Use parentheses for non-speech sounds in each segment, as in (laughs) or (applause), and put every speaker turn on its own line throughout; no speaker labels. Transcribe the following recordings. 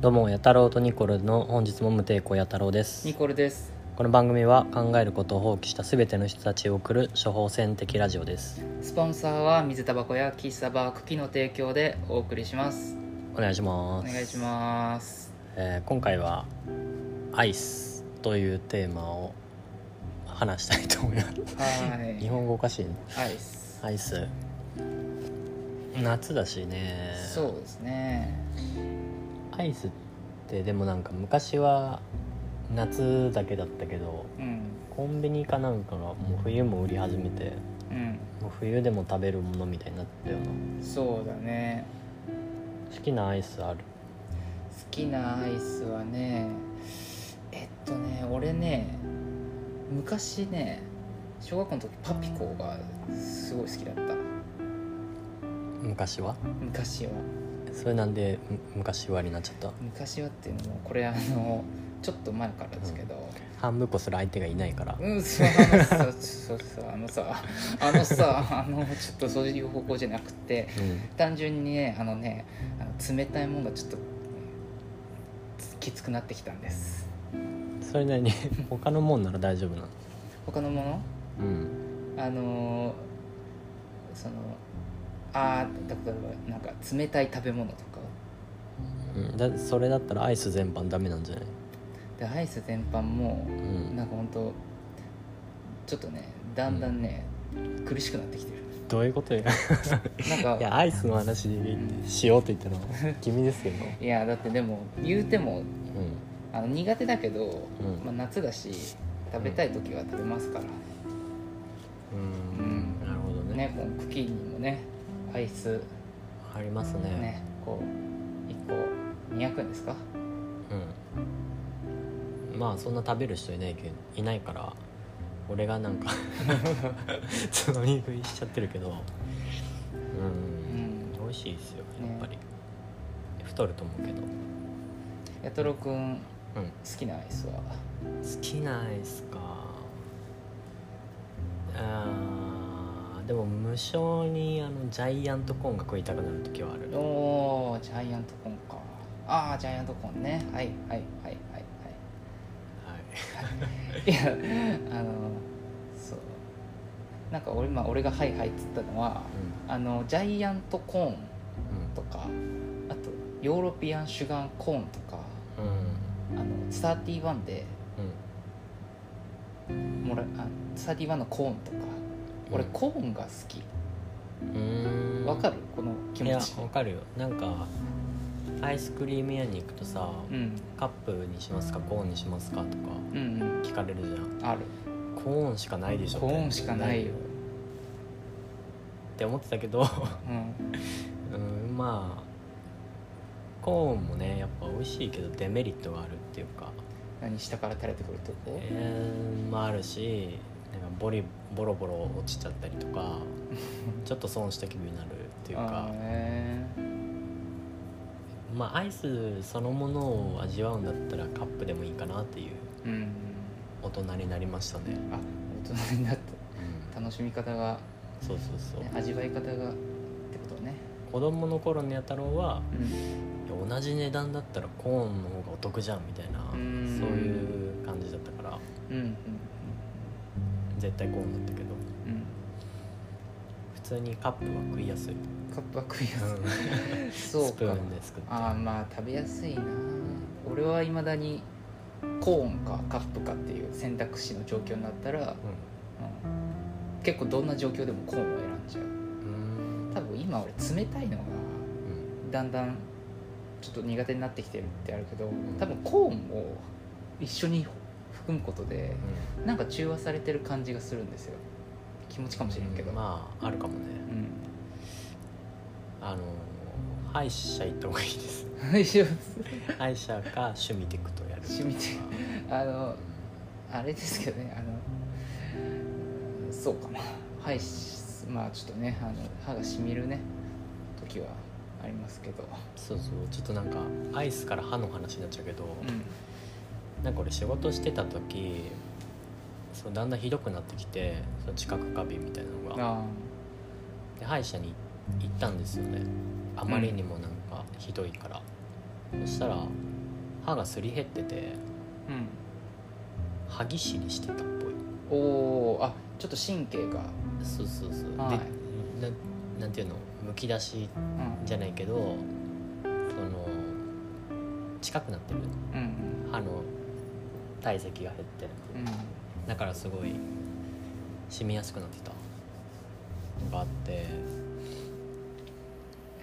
どうもやたろうとニコルの本日も無抵抗やたろうです
ニコルです
この番組は考えることを放棄した全ての人たちを送る処方箋的ラジオです
スポンサーは水タバコや喫茶バー茎の提供でお送りします
お願いしま
お
す
願いします
えー今回は「アイス」というテーマを話したいと思います
は
(laughs) 日本語おかしいね
いアイス
アイス夏だしね
そうですね
アイスってでもなんか昔は夏だけだったけど
うん
コンビニかなんかがもう冬も売り始めて
う
もう冬でも食べるものみたいになったようなん
そうだね
好きなアイスある
好きなアイスはねえっとね俺ね昔ね小学校の時パピコがすごい好きだった
昔は
昔は
それなんでむ昔はになっちゃった
昔はっていうのもこれあのちょっと前からですけど、
半分こする相手がいないから
うん、そうあのさ、そうそうあのさ、あのさ、あのちょっとそういう方向じゃなくて、
うん
単純にね、あのね、あの冷たいものがちょっとつきつくなってきたんです。
それなりに (laughs) 他のもんなら大丈夫なの
他のも
うん
の、あのーそのあー例えばなんか冷たい食べ物とか、
うんだそれだったらアイス全般ダメなんじゃない
でアイス全般も
うん
なんか本当ちょっとね、だんだんね、苦しくなってきてる。
どういうことよ
なんか
いやアイスの話しようと言ったのは君ですけど
いやだってでも言うても
う
あの苦手だけど、
うん
まあ、夏だし食べたい時は食べますから、
ん、
うん
なるほどね
ねこの茎にもねアイス
ありますね
ねこう1個200円ですか
うんまあそんな食べる人いないけいないから俺が
(laughs)
なんかつまみ食いしちゃってるけどう
うんん
美味しいですよやっぱり、太ると思うけど、う
八トロ君好
ん、
きなアイスは
好きなアイスかあーでも無性にあのジャイアントコーンが食いたくなる時はある
おージャイアントコーンかああジャイアントコーンねはいはいはいは
はい
はいいやあのそうなんか俺,、まあ、俺が「はいはい」っつったのはあのジャイアントコーンとかあとヨーロピアンシュガーコーンとか
うんうん
あのサーティワンでもらあサーティワンのコーンとか俺
うん
コーンが好き
うんうん
わかるこの気
い
持
や
ち
わかるよなんかアイスクリーム屋に行くとさ、
うん
カップにしますかコーンにしますかとか
うん
聞かれるじゃん
うんある
コーンしかないでしょ
コーンしかないよ
っ、て思ってたけど (laughs)
うん、
うんまあコーンもねやっぱ美味しいけどデメリットがあるっていうか
何下から垂れてくるとこ
えー、まああるしなんかボリボロボロ落ちちゃったりと
(laughs)
かちょっと損した気分になるっていう
あ
か
ーね
まあアイスそのものを味わうんだったらカップでもいいかなっていう
うん
大人になりましたね、
あ大人になった
うん
楽しみ方が、
そうそうそう、
ね味わい方がってことね
子供の頃のや太郎は
うん
いや同じ値段だったらコーンの方がお得じゃんみたいな
うん
そういう感じだったから
うんうん
絶対コーンだったけど
うん
普通にカップは食いやすい、
うんカップは食いやすいそう
ス
か
プーンですくって
ああまあ食べやすいな俺はいまだにコーンかカップかっていう選択肢の状況になったら、うん結構どんな状況でもコーンを選んじゃう
うんうん
多分今俺冷たいのが
うん
だんだんちょっと苦手になってきてるってあるけど多分コーンを一緒に含むことでなんか中和されてる感じがするんですよ気持ちかもしれんけど、
うんまああるかもね
うん (laughs)
あの歯医者行った方がいいです
(laughs) 一緒
歯医者か趣味テクトやるとか
趣味テあのあれですけどねあのそうかなはいしまあちょっとねあの歯がしみるね時はありますけど
そうそうちょっとなんかアイスから歯の話になっちゃうけど、
うん
なんか俺仕事してた時そうだんだんひどくなってきてその知覚過敏みたいなのが
あ
で歯医者に行ったんですよねあまりにもなんかひどいから、そしたら歯がすり減ってて
うん
歯ぎしりしてたっぽい
おおあちょっと神経が
そうそうそうで、
はい
ななんていうのむき出し
うん
じゃないけどその近くなってる
うん
歯の体積が減ってる
うん
だからすごい染みやすくなってたのがあって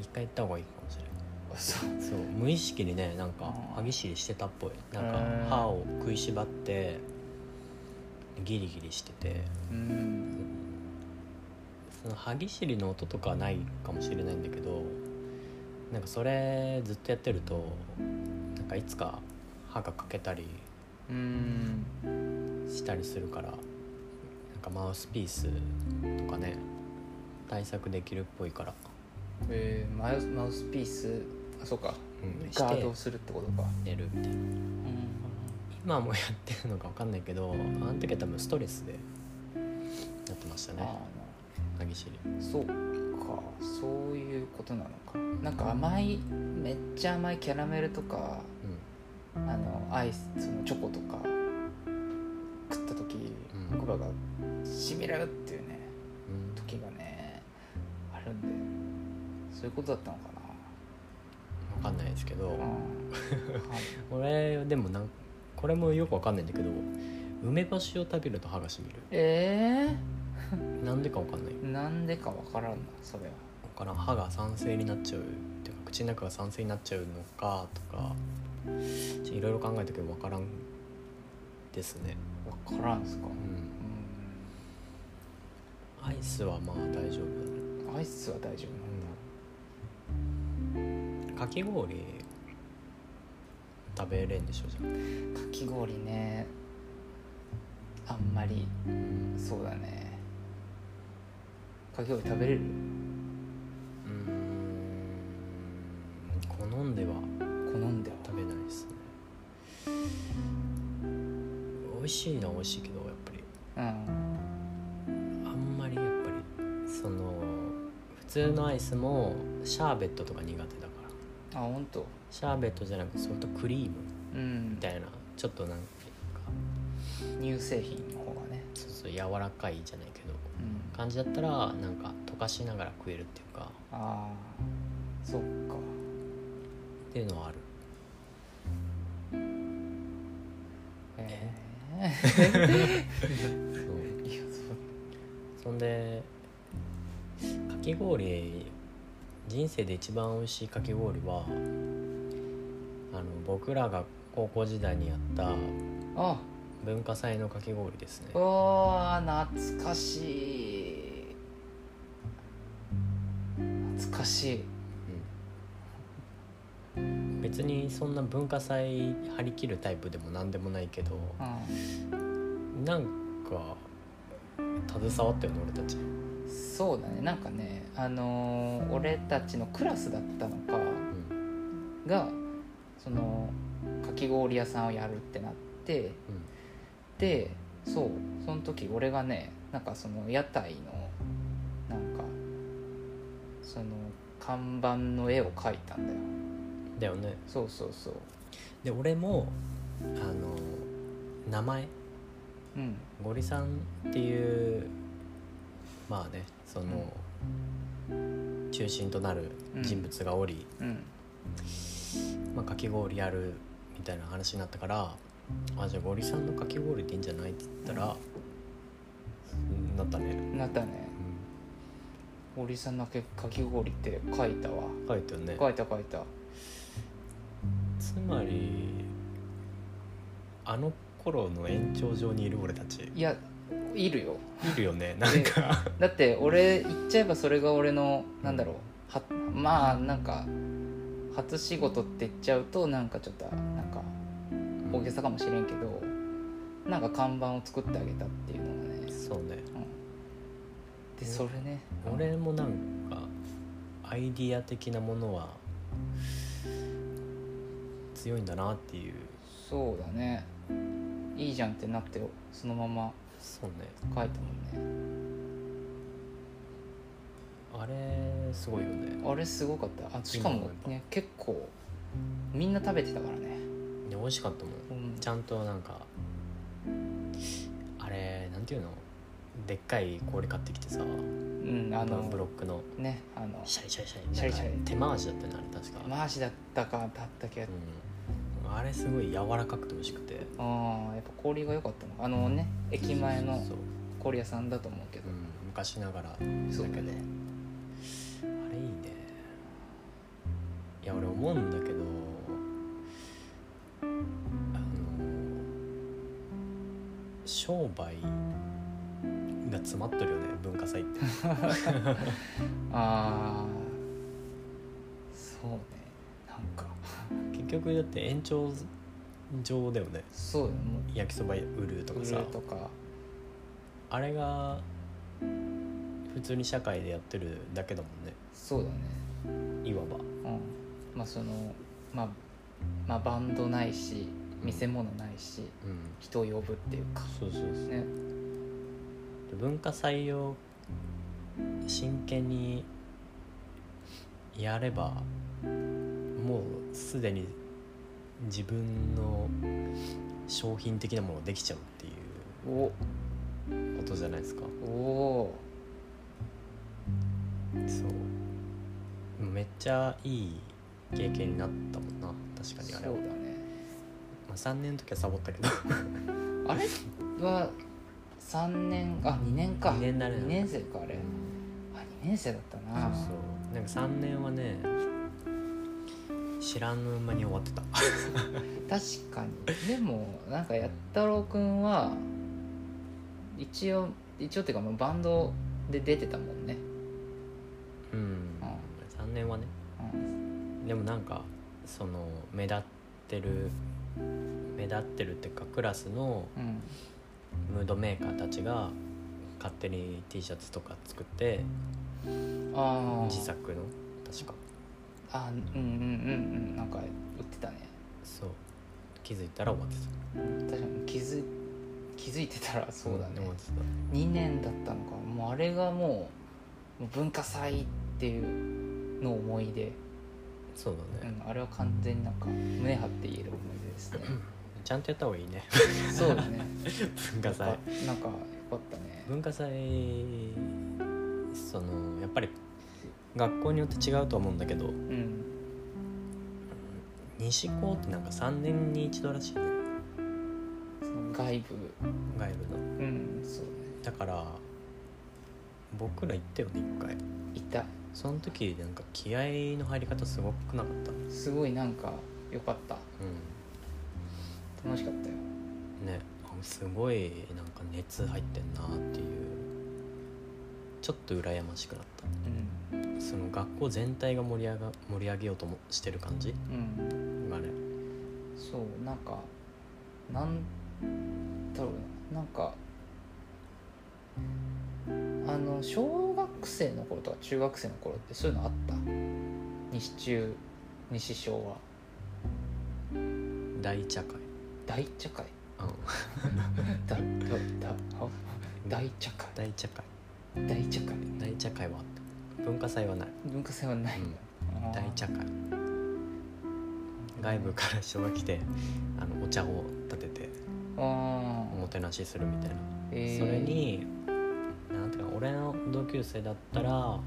一回行った方がいいかもしれない
あそう
そう無意識にねなんか
あー
歯ぎしりしてたっぽいなん
へ
か
ー
歯を食いしばってギリギリしてて
うん
その歯ぎしりの音とかはないかもしれないんだけどなんかそれずっとやってるとなんかいつか歯が欠けたり
うん
したりするからなんかマウスピースとかね対策できるっぽいから、
えー、マウスマウスピースあそうか
うん、し
ガード
て
をするってことか
寝るみたいな今もやってるのか分かんないけどあの時は多分ストレスでやってましたね
あ
歯ぎしり
あそうかそういうことなのかなんか甘いめっちゃ甘いキャラメルとか
う
あのアイスそのチョコとか食った時
うん
奥歯がしみるっていうね
ん、うん、
時がねあるんでそういうことだったのか
分かんないですけど
な
(laughs) 俺でもなんこれもよく分かんないんだけど梅干しを食べると歯がしみ
え
るなんでか分かんない
ー、なんでかわからんなそれは
だから歯が酸性になっちゃうっていうか口の中が酸性になっちゃうのかとかちょいろいろ考えたけど分からんですね
わからんすか
うん
う
アイスはまあ大丈夫だね
んアイスは大丈夫
かき氷食べれんでしょじゃ
なんだかき氷ねあんまり
あ、うん
そうだねかき氷食べれる
好んでは
好んでは
食べないですね美味しいのは美味しいけどやっぱり
うん
あんまりやっぱりその普通のアイスもシャーベットとか苦手だから
あ本当
シャーベットじゃなくてソフトクリーム
うん
みたいなちょっとなんか
乳製品の方がね
そうそう柔らかいじゃないけど
うん
感じだったらなんか溶かしながら食えるっていうか
ああそっか
っていうのはある
え
そう
えいやそう
そんでかき氷人生で一番美味しいかき氷はあの僕らが高校時代にやった
あ
文化祭のかき氷ですね
うわー懐かしい懐かしい
うん別にそんな文化祭張り切るタイプでも何でもないけど
う
なんか携わったよね俺たち
んそうだねなんかねあのー俺たちのクラスだったのか
うん
がそのかき氷屋さんをやるってなってでそうその時俺がねなんかその屋台のなんかその看板の絵を描いたんだよ
うんだよね
そうそうそう
で俺もあの名前
うん
ゴリさんっていうまあねその、中心となる人物がおり、
うん
まあ、かき氷やるみたいな話になったから「あじゃあゴリさんのかき氷でいいんじゃない?」って言ったら、うんなったね、
なったね堀さんのけかき氷って描いたわ
書いてよね
描いた描いた
つまりあの頃の延長上にいる俺たちい
いやいるよ
るよねなんか
だって俺言っちゃえばそれが俺のなんだろうはまあなんか初仕事って言っちゃうとなんかちょっとなんか大げさかもしれんけどなんか看板を作ってあげたっていうのがね、うん、
そうね
でそれね
俺もなんかアイディア的なものは強いんだなっていう
そうだねいいじゃんってなってそのまま
そうね
書いたもんね
あれすごいよね
あれすごかったあしかも
今思えば
ね結構みんな食べてたからね
美味しかったもん
うん
ちゃんとなんかあれなんていうのでっかい氷買ってきてさ
うんあ
あの
の
ブロックの
ねあの
シャリシャリシャリ
シャリシャリ
なんか手回しだったよねあれ確か、
マーシだったかだったけど
うん、あれすごい柔らかくて美味しくて
ああやっぱ氷が良かったのかあのね駅前の
そうそうそう
氷屋さんだと思うけど
うん、昔ながらだけ
そ
ど
うだね
あれいいねいや俺思うんだけどあの商売が詰まっとるよね文化
(laughs)
祭って
ああそうねなんか
結局だって延長上だよね
そうよもう
焼きそば売るとか
売
さ
るとか
あれが普通に社会でやってるだけだもんね
そうだね
いわば
うんまあそのまあまあバンドないし見せ物ないし
うん
人を呼ぶっていうか
そうそうそう
ね
で文化祭を真剣にやればもうすでに自分の商品的なものができちゃうってい
お
うことじゃないですか
お
そうめっちゃいい経験になったもんな確かに
そ
あ
う
れ
だ
は、ま
ね
あ、3年の時はサボったけど
あれは3年あ2年か
二年だね
二年生かあれあ2年生だった
そう
な
そうなんか3年はね知らぬ間に終わってた
確かにでもなんかやったろうくんは一応一応っていうかもうバンドで出てたもんね、
うん
うん
3年はね
うん、
でもなんかその目立ってる目立ってるっていうかクラスの
うん
ムードメーカーたちが勝手に T シャツとか作って
ああ
自作の確か
あうんうんうんうんなんか売ってたね
そう気づいたら終わってた
確かに気づ気づいてたらそうだね
終わって
2年だったのかもうあれがもうもう文化祭っていうの思い出、
たそう
う
だね、
ん、あれは完全になんか胸張って言える思い出
(laughs)
ですね
ちゃんとやった方がいい
(laughs)
ね
そうだね
文化祭
なんかよかったね
文化祭そのやっぱり学校によって違うと思うんだけど
うん
西高ってなんか3年に一度らしいね
その外部
外部の
うんそうね
だから僕ら行ったよね一回
いた
その時なんか気合の入り方すごくなかったう
すごいなんかよかった
ん
楽しかったよ
ねあすごいなんか熱入ってんなっていうちょっと羨ましくなっ
うん
たその学校全体が盛り上が盛り上げようともしてる感じ
うん
がね
そうなんかなんだろうななんかあの小学生の頃とか中学生の頃ってそういうのあった西中西小は
大茶会
大茶会
うん
だだだあ大茶会
(laughs) 大茶会
大茶会
大茶会はあった文化祭はない
文化祭はない、
うん
あー
大茶会外部から人が来てあのお茶を立てて
あ
おもてなしするみたいな
ー、えー
それになんていうか俺の同級生だったらまあ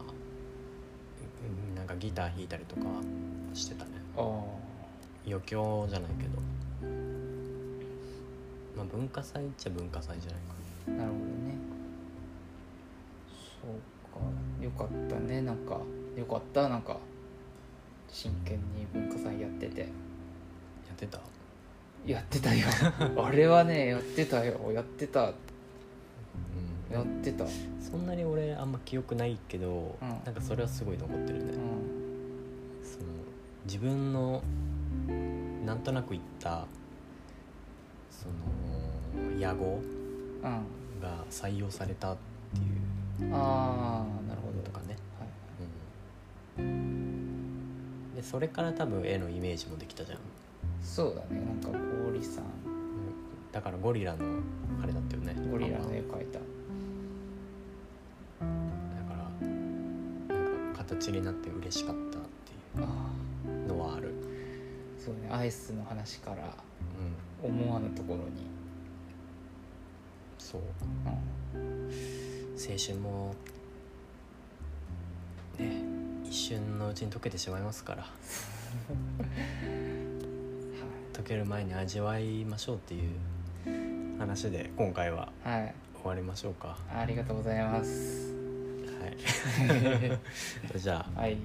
うんなんかギター弾いたりとかしてたね
あー
余興じゃないけどまあ文化祭っちゃ文化祭じゃないか
なるほどねそうかよかったねなんかよかったなんか真剣に文化祭やってて
やってた
やってたよあれはねやってたよやってた
うん
やってた、
そんなに俺あんま記憶ないけど、
うん
なんかそれはすごい残ってるね、
うん、
その自分のなんとなく言ったその野望
うん、あ
が採用されたっていう
あーなるほ
こととかね、
ど、はい、
うん、でそれから多分絵のイメージもできたじゃん
そうだねなんか氷さん
だからゴリラのあれだったよね
ゴリラの絵
ね
描いた
だからなんか形になって嬉しかったってい
ああ
うのはある
そうねアイスの話から思わぬところに、
そう
うん、
青春もね一瞬のうちに溶けてしまいますから溶ける前に味わいましょうっていう話で今回は
はい、はい、
終わりましょうか
ありがとうございます
はい (laughs) じゃあ
はい